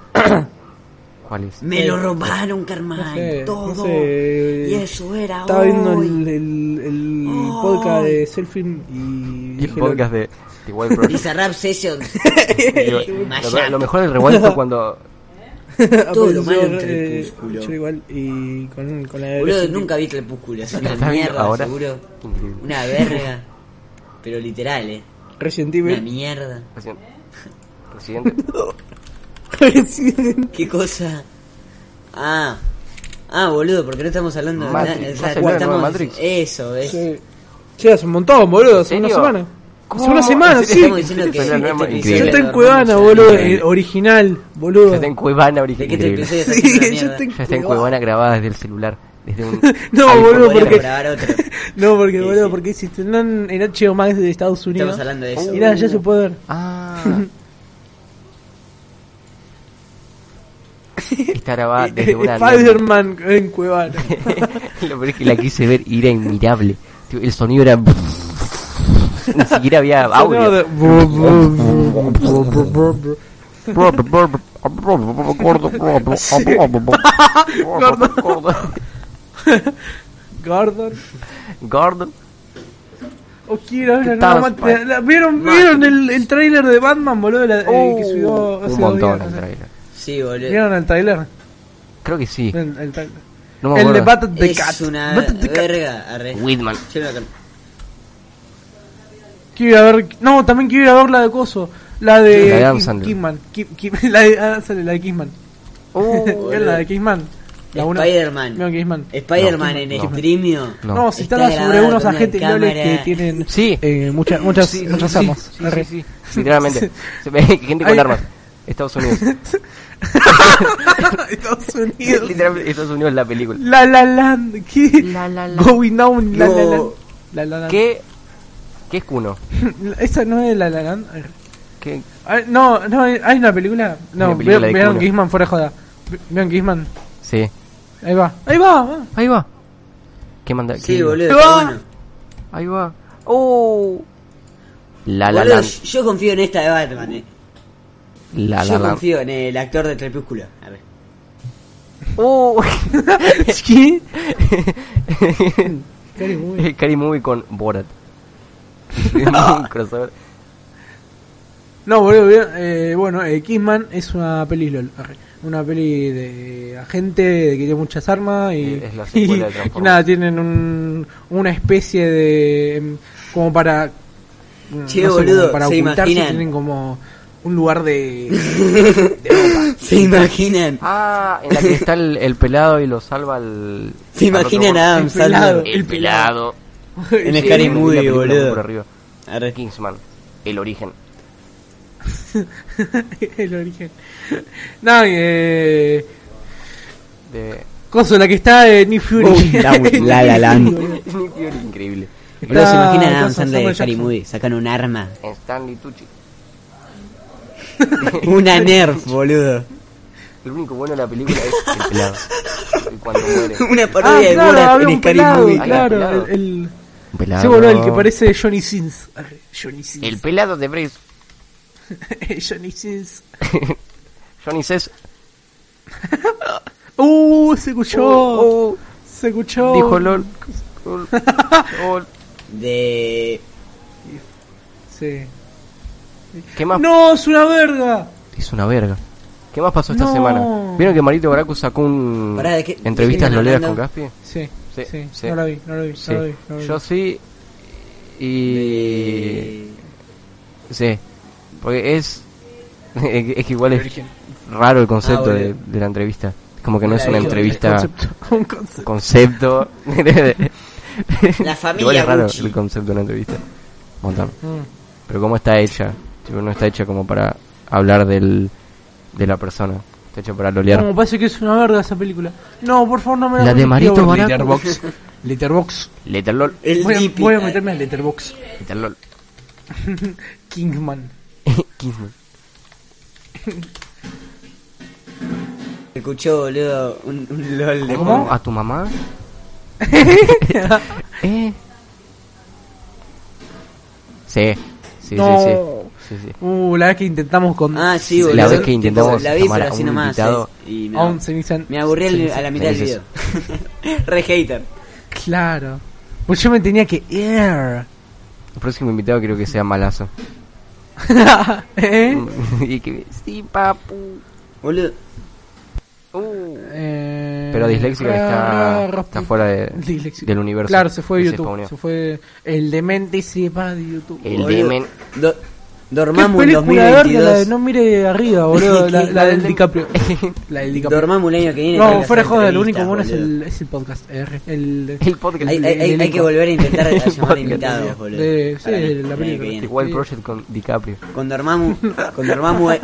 ¿Cuál es?
Me lo robaron, Carmine.
No sé, no
todo.
sé.
Y eso era
Estaba
hoy.
viendo el, el, el
Hoy.
podcast de Selfie y.
Y el
dije,
podcast de The Wild Project.
Bizarrap Sessions.
Digo, lo,
Mashup.
lo mejor del rewind fue cuando.
todo lo
apareció,
malo en
eh,
Crepúsculo.
yo igual y con, con la de
Boludo,
Selfie.
nunca vi Crepúsculo, es una
¿Estás viendo
mierda,
ahora?
seguro.
Increíble.
Una verga. Pero literal, eh.
Resident
Una
Evil.
mierda.
Recién- Residente.
Resident-
¿Qué cosa? Ah. Ah, boludo, porque no estamos hablando de
Matrix,
nada.
¿vas
sea,
a hablar de
estamos-
nuevo Matrix?
Eso, es.
Sí. Che, hace un montón, boludo. Hace una
serio?
semana.
¿Cómo?
Hace una semana,
¿En
sí.
serio?
Estamos diciendo que. este
Salió el nuevo-
episodio
increíble.
Yo estoy en
lo
Cuevana,
dormimos.
boludo.
Increíble.
eh, original,
Ya
boludo.
está en Cuevana
¿De qué te
original.
episodio estás haciendo
Sí,
una
yo
mierda?
estoy en
Ya está en
Cuevana.
Cuevana grabada desde el celular. Desde un
No,
iPhone
boludo,
de la
porque-
grabar otro.
No, porque,
Sí,
boludo,
sí.
porque si están en HBO Max de Estados Unidos.
Estamos hablando de eso.
Mirá, ya se puede ver.
Ah. Está grabada Ah, desde una anécdota.
Eh, Spider-Man en Cuevana.
Lo peor es que la quise ver y era inmirable. Tío, El sonido era. Ni siquiera había
Sonaba
audio.
de- bu- bu- bu- bu- bu- bu- bu-
Gordon. Gordon.
Gordon.
Gordon.
O quiero
¿Qué
la
tal,
nueva Mat-
Spider-
la- ¿Vieron, ¿vieron el, el trailer de Batman, boludo? La, eh, que subió hace
Uh, Un
dos
montón
días,
el
¿no?
trailer.
Sí, boludo.
¿Vieron el trailer?
Creo que sí.
El, el trailer.
No me
el de
acuerdo.
Batman de Cat.
Es una
Batman the Cat.
verga. Arre.
Whitman.
Yo no la conozco.
Quiero ir a ver. No, también quiero ir a ver la de Coso. La de.
La de Adam
Kim-
Sandler.
ah, Kidman. Ki- Ki- la de Adam Sandler, la de Kidman.
Uh,
¿Vieron la de Kidman? La uno-
Spider-Man.
No, que es man.
Spider-Man en
no.
streamio.
No.
No, si
Está
tarda sobre
grabado
unos
con una
agentes leales
cámara.
que tienen
Sí.
eh, muchas muchas muchas
sí,
armas.
sí,
Arre.
sí, sí. Literalmente. Se ve gente
Ay.
con armas. Estados Unidos.
Estados Unidos.
Literalmente, Estados Unidos es la película.
La La Land, ¿qué? Going down, La La
No.
Land. La La Land.
¿Qué, ¿Qué es Kuno?
¿Esa no es La La Land? A ver.
¿Qué?
A ver, No, no, hay una película. No,
Una película
ve-
de
vean
culo.
Gizman fuera de joda. Ve- Vean Gizman.
Sí.
Ahí va. Ahí va. va.
Ahí va. ¿Qué manda?
Sí,
qué-
boludo, está
Ah.
bueno.
Ahí va. ¡Oh! La la la.
Boludo, yo confío en esta de Batman, eh.
La la
yo
la.
confío en el actor de Crepúsculo. A ver.
¡Oh!
¿Qué?
Cari Movie. con Borat.
Ah.
Un crossover.
No, boludo, vean, eh, bueno, eh, Kingman es una peli LOL, arre. una peli de agente que tiene muchas armas y,
Es la secuela de
y
Transformers.
nada, tienen un, una especie de em, como para mm,
Che,
como
boludo,
para
¿se
ocultarse
imaginan?
tienen como un lugar de
¿Se imaginan?
Ah, en la que está el, el pelado y lo salva el.
¿Se imaginan a Adam
El pelado.
Sandler?
El, pelado.
En
Sí,
Scary
vi la
Movie,
película Por
boludo.
arriba.
Arre.
Kingsman. El origen.
el origen. No, eh,
De.
cosa la que está de Nick Fury. Ah,
Uy, la- la- la- la-
Nick Fury.
Es un teoría increíble.
Boludo, ¿se
Está-
imaginan a Adam
cosa,
Sandler de
Samuel
Harry
Jackson.
Moody? Sacan un arma.
Stanley Tucci.
Una Nerf, boludo.
Lo único bueno de la película es el pelado. Cuando muere.
Una
Ah, claro,
parodia de Borat
había
en
un
Scary
pelado,
Movie.
claro,
pelado.
el, el,
Un pelado.
sí, boludo, el que parece Johnny Sins. Arre, Johnny Sins.
El pelado de Brace.
Johnny Sins.
Johnny Cess
Uh, se escuchó.
Oh, oh.
Se escuchó.
dijo LOL. LOL. LOL.
De...
Sí.
¿Qué más?
No, es una verga.
Es una verga. ¿Qué más pasó esta
No.
semana? ¿Vieron que Marito Baracu sacó un.
Pará, ¿de qué-
Entrevistas
de qué están
loleras con
hablando?
Gaspi?
Sí, sí,
Sí, sí.
No la vi, no la vi, no
Sí.
la vi. no la vi.
Yo sí.
Eh,
Y. Sí. Porque es. Es que igual es raro el concepto
Ah,
de,
boludo.
de la entrevista. Como que no es una
origen.
entrevista.
Concepto, un concepto.
Concepto.
La familia Mm.
Igual es raro
Gucci.
el concepto de una entrevista. Un montón. Pero cómo está hecha. Tipo, no está hecha como para hablar del, de la persona. Está hecha para lolear.
No, me parece que es una verga esa película. No, por favor, no me
La de
quiero
Marito
ver.
Baracu.
Letterbox. Letterbox.
Letterlol.
El
Voy a,
hippie.
voy a meterme a Letterbox.
Letterlol.
Kingman.
Kingsman.
Escuchó, boludo, un, un LOL de...
¿Cómo?
Ah,
¿A tu mamá? ¿Eh? Sí. Sí,
No.
sí, sí. Sí, sí.
Uh, la vez que intentamos con.
Ah, sí, boludo.
La vez que intentamos
la vi,
llamar
pero
a
así
un
nomás.
invitado.
es- y me,
Aún se inician-
me aburrí
se
el-
inician-
a la mitad del
Felices.
video. Re hater.
Claro. Pues yo me tenía que ir.
El próximo invitado creo que sea malazo.
¿Eh?
Y que- sí, papu.
Boludo,
Uh.
Eh,
Pero disléxica está, está fuera de-
Disléxica.
del universo.
Claro, se fue de
Se
YouTube.
spawneó.
Se fue el demente se va de YouTube.
El
boludo.
Demen.
Do-
¿Qué
Dormammu en
película verga la de
2022.
no mire arriba, boludo? la, la del DiCaprio. la del DiCaprio.
Dormammu el año que viene.
no,
tengo que
fuera de
hacer
joda, lo único
entrevistas,
bueno es
boludo.
el, es el podcast. R, el,
El podcast.
Hay, hay- hay- hay que volver a intentar a llamar invitados, boludo.
De- sí,
Para el
la
año
película.
que viene.
Igual Project con DiCaprio.
Con Dormammu, con eh, Dormammu hay-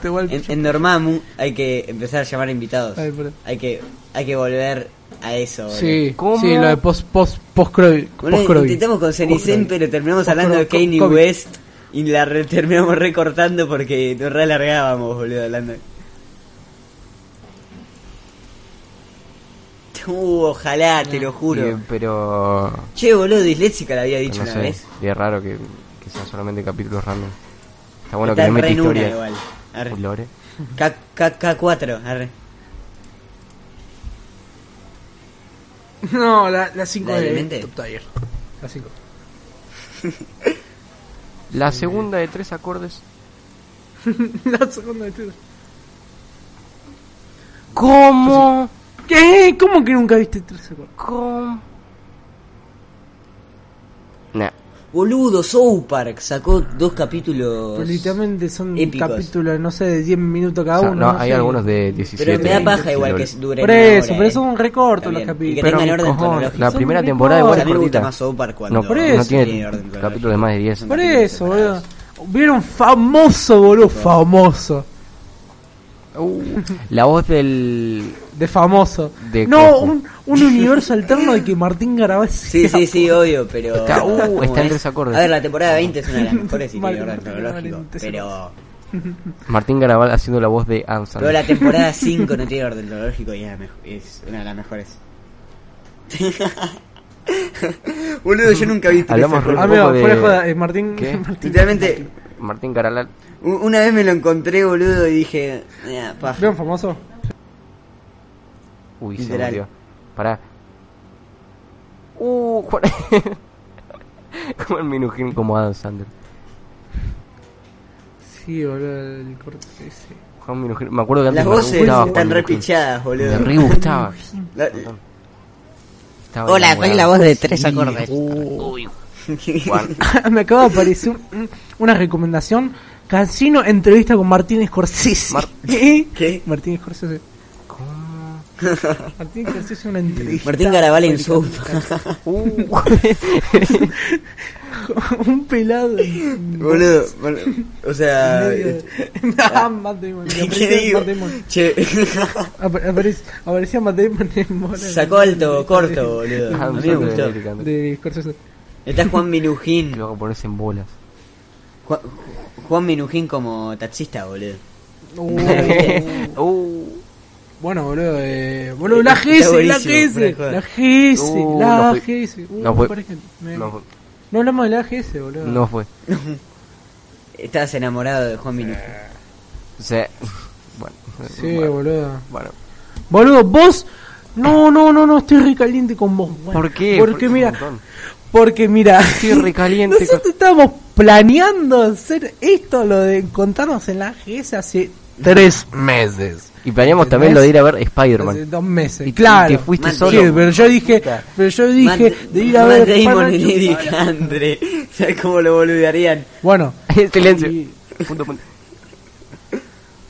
Te vuelvo-
en, en Dormammu hay que empezar a llamar invitados.
Ay, perdón.
Hay que, hay que volver a eso, boludo.
Sí,
¿Cómo?
sí, lo de post post post Croy.
Boludo,
post Croy.
intentamos con Cenicen, pero terminamos
Post
hablando de
Croy-
Kanye
Covid.
West y la re- terminamos recortando porque nos realargábamos, boludo, hablando. de- Uh, ojalá,
Ah,
te lo juro.
Y- pero.
Che, boludo, disléxica la había dicho
No
una
sé.
vez.
Y es raro que, que sean solamente capítulos random. Está bueno
Está
que le mete
re en una
historia.
igual. Arre.
Un Lore.
K, K, K4, arre.
No, la la 5
¿La
de
demente?
Top Tier. La 5.
La segunda de tres acordes.
La segunda de Twitter. ¿Cómo? ¿Qué? ¿Cómo que nunca viste 13
Con. Nah.
Boludo, South Park sacó dos capítulos.
Pero literalmente son
épicos.
capítulos, no sé, de 10 minutos cada
O sea,
uno.
no,
no
hay
sé.
algunos de 17.
Pero me da paja
20,
igual
lol.
que dure. eh.
Por eso, pero son recortos los
También, y que
capítulos.
Pero,
tengan orden
cojón,
cronológico.
la
Son
primera
muy
temporada
cortas.
igual
a
es
mí me gusta
cortita.
más South Park cuando
No,
por
no
eso.
tiene
orden cronológico.
capítulos de más de 10.
Por eso, boludo. Vieron famoso, boludo, famoso.
Uh, la voz del.
De famoso.
De
no,
cojo.
un, un universo alterno de que Martín Garabás
Sí, sí, sí, obvio, pero.
Está- uh,
¿cómo
está en
es?
tres acordes.
A ver, la temporada 20 es una de las mejores y
Mal,
tiene orden
mal,
cronológico.
mal,
Pero,
Martín Garabal haciendo la voz de Anson.
pero la temporada 5 no tiene orden cronológico y es la mej- es una de las mejores. Boludo, yo nunca vi
Hablamos
ese
re-
programa.
Amigo,
poco de-
fuera de joda, eh, Martín.
¿Qué?
Martín
Literalmente,
Martín Garabal.
u- una vez me lo encontré, boludo, y dije. "Nah, paja".
¿Vieron famoso?
Uy, se
Literal.
murió. Pará. Uh, Juan. como el Minujín, como Adam Sandler.
Sí, boludo, el corte ese.
Juan Minujín. Me acuerdo que antes me
Las
re
voces
gustaba Juan
están re
Minujín.
pichadas,
Me
boludo.
re gustaba.
La- Ah,
Estaba
Hola, soy la
enamorado.
voz de tres acordes.
Uh,
Juan.
Me acaba de aparecer un- una recomendación. Cancino entrevista con Martín Scorsese. ¿Qué?
¿Qué?
Martín Scorsese. Martín Scorsese una entrevista.
Martín Garabal en South
Uh.
un pelado.
Boludo, bol- o sea. eh,
Ah, Matt Damon.
¿Qué
Aparecía
digo?
Matt Damon.
Che,
Apare- aparec- Aparecía Matt Damon en Mola.
sacó alto corto, boludo.
Ah,
A
Adam
mí me
Sandler de
gustó.
Eric Andre.
De Scorsese.
Está Juan
Que
Minujín.
luego ponerse en bolas.
Juan, Juan Minujín como taxista, boludo.
Uh,
Bueno, boludo, eh, boludo, la
Está
GS, la
buenísimo, fuera de
GS,
joda.
la GS,
Uh,
la
no fue-
GS. Uh,
no fue-
parece que me-
no, fue-
no hablamos de la GS, boludo.
no fue.
Estabas enamorado de Juan Minujín.
Ah.
O sea, bueno.
Sí,
bueno,
boludo.
bueno.
Boludo, vos. No, no, no, no, estoy recaliente con vos. bueno.
¿Por qué?
Porque
Un
mira,
montón.
porque mira.
Estoy recaliente con-
Nosotros estábamos planeando hacer esto, lo de encontrarnos en la GS hace tres meses.
Y planeamos también lo de ir a ver Spider-Man.
Hace dos meses.
Y- y
claro.
que fuiste
Man,
solo.
Sí, pero yo dije, pero yo dije
Matt-
de ir a
Matt
ver
Damon y
Spider-Man.
Lady Andre. ¿Sabes cómo lo boludearían?
Bueno,
Silencio.
Y-
Punto, punto.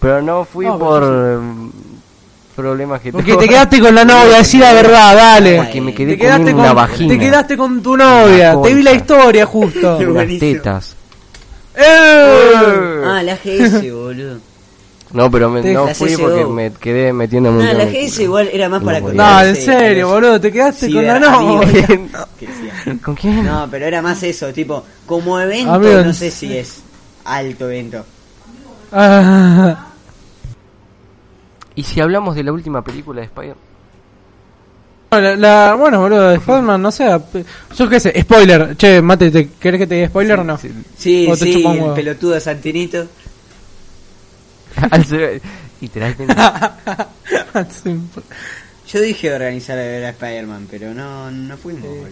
Pero no fui
No, pero
por em, problemas que
porque
tuvo.
te quedaste con la novia, decí la verdad, dale.
Porque me
Te
quedé
Te
con
quedaste
una
con,
vagina.
te quedaste con tu novia,
Una
te vi la
concha.
historia justo.
con las
Buenísimo.
tetas.
¡Eh!
Ah, la GS, boludo.
No, pero me-
Te-
no
la
fui
CSGO.
porque me quedé metiendo
No,
mucho.
Ah, la
en el
GS
culo.
igual era más para
No,
No,
contarse
en serio,
a los
boludo, te quedaste con la
ciberamigos.
novia.
que decían.
¿Con quién?
No, pero era más eso, tipo, como evento,
Amigo,
no sé si es alto evento.
Ah,
Y si hablamos de la última película de Spider-Man.
la- la- bueno, boludo, Spider-Man, no sé. Yo qué sé, spoiler. Che, mate, ¿te, ¿querés que te diga spoiler o no?
Sí,
Sí,
O te
sí,
chupa un
el
huevo.
pelotudo Santinito.
al ser- Literalmente.
Sí.
Yo dije organizar a ver a Spider-Man, pero no, no fuimos, boludo.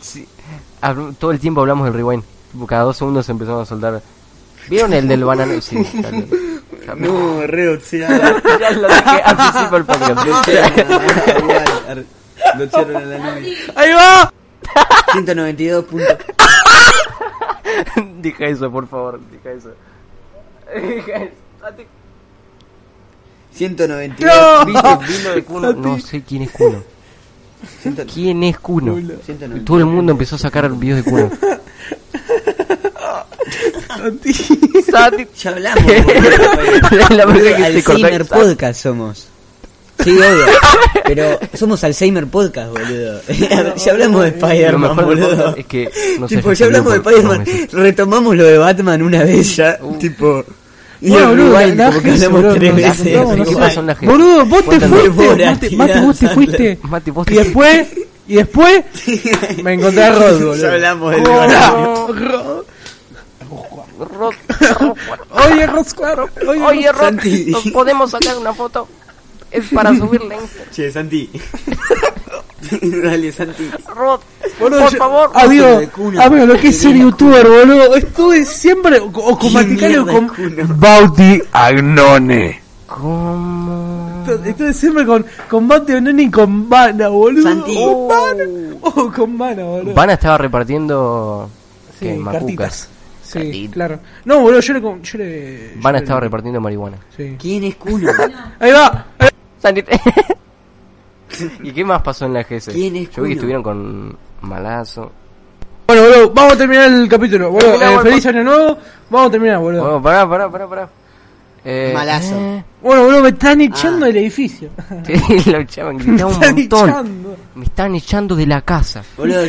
sí. Habl- Todo el tiempo hablamos del rewind. Tipo, Cada dos segundos empezamos a soltar. ¿Vieron el del banano? Sí, dale.
No, re oxidado.
Ya lo dije al principio del podcast.
er, Lo echaron a la novia.
¡Ahí va!
192 puntos.
Deja eso, por favor, deja eso. Deja eso. Date-
192.
¡No!
¿Viste Vino de Kuno? No sé quién es Kuno.
ciento-
¿Quién es Kuno?
Ciento
Y
noventa
Todo el mundo empezó a sacar videos de Kuno. Sati.
Ya hablamos, boludo.
La verdad que se cortó. Ah.
Alzheimer Podcast somos. Sí, obvio. Pero somos Alzheimer Podcast, boludo. ya hablamos de
Lo
Spider-Man,
mejor del
boludo.
podcast es que no se
tipo,
haya
ya hablamos
salido por-
de
por
Spider-Man.
meses.
Retomamos lo de Batman una vez ya. Tipo. Y
Bueno,
el
boludo,
rewind,
la- la
como que
gente,
hablamos
boludo,
tres
nos
veces.
juntamos,
¿Qué
no sé.
pasó en la gente?
Boludo, vos te
Cuéntame.
fuiste,
Débora,
mate,
tía,
mate, vos te
Sandra.
fuiste.
Mate, vos
Y
te-
después, y después, me encontré a Rod, boludo.
Ya hablamos del Batman.
Rod. Oye, Roscuaro. Oye, Roscuaro.
Santi.
podemos sacar una foto. Es para subirla en Instagram.
Che, Santi. Dale, Santi.
Rod,
Boludo,
por
yo-
favor.
Amigo,
Culo de cuna.
amigo, lo que es ser
Mierda
youtuber, boludo. Estuve siempre o, o con
Qué
Vaticano o
mierda de
con
culo.
Bauti Agnone.
¿Cómo?
con- entonces siempre con combate Nene y con Vana, boludo.
Santi.
Oh, Vana. Oh, con Vana, boludo.
Vana estaba repartiendo.
Sí,
¿qué? Macucas.
cartitas. Sí,
Cartitas.
claro. No, boludo, yo le. con- Yo le
Vana
yo le-
estaba repartiendo marihuana.
sí.
¿Quién es Cuno?
Ahí va. ahí
Santi-
¿Y qué más pasó en la GS?
¿Quién es
Yo vi que
Cuno?
estuvieron con Malazo.
va. Bueno, boludo, vamos a terminar el capítulo. Boludo,
Terminamos
Eh,
el
feliz año nuevo. Vamos a terminar, boludo.
Bueno, pará, pará, pará, pará. Eh,
Malazo.
eh,
Bueno, boludo, me están echando
Ah.
del edificio.
sí, lo echaban,
Me
gritaban un
están
montón.
echando.
Me están echando de la casa.
Boludo,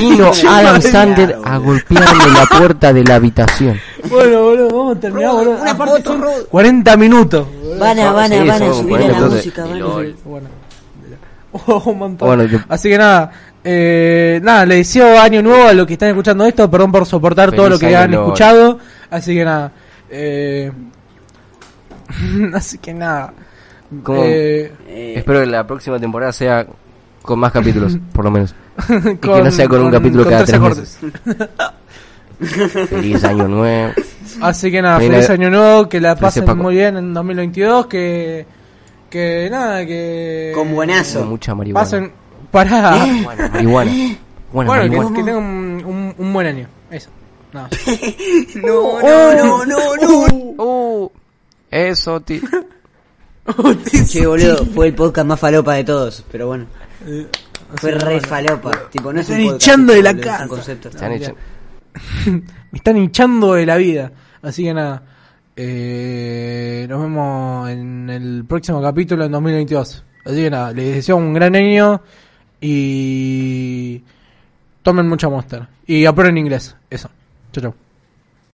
Vino Adam
madre.
Sander a golpearme la puerta de la habitación.
Bueno, boludo, vamos a terminar,
Rodo,
boludo.
una
Aparte
foto,
son
Rodo.
40 minutos. boludo.
Van a, van a,
Sí,
van a
somos
subir a
40,
la
entonces,
música, van a
lol.
subir.
Bueno. Oh, un montón.
Bueno, yo-
Así que nada, eh, nada, le deseo año nuevo a los que están escuchando esto. Perdón por soportar todo
Feliz
lo que
año
han
nuevo. eh.
escuchado. Así que nada, eh, así que nada.
¿Cómo?
eh,
Eh,
Espero que la próxima temporada sea con más capítulos, por lo menos.
con,
que no sea con un capítulo cada tres
acordes.
Feliz año nuevo.
Así que nada,
Feliz
feliz
Navidad.
año nuevo, que la
Feliz
pasen
Paco.
muy bien en 2022, que que nada, que
Con
Con
buenazo.
mucha marihuana.
pasen pará.
Marihuana, marihuana. Eh, Bueno,
Bueno, que,
marihuana.
que tengan un, un- un buen año. Eso. Nada. Oh,
No, no, no, no, no.
Uh, eso, ti.
Che, boludo, fue el podcast más falopa de todos, pero bueno. Fue re falopa. Tipo, no es un
Están
podcast,
hinchando de la
boludo, es un
casa.
concepto.
Están hechos.
Me están hinchando de la vida. Así que nada. eh, nos vemos en el próximo capítulo en 2022. Así que nada, les deseo un gran año y tomen mucha monster. Y aprueben inglés. Eso. Chau, chau.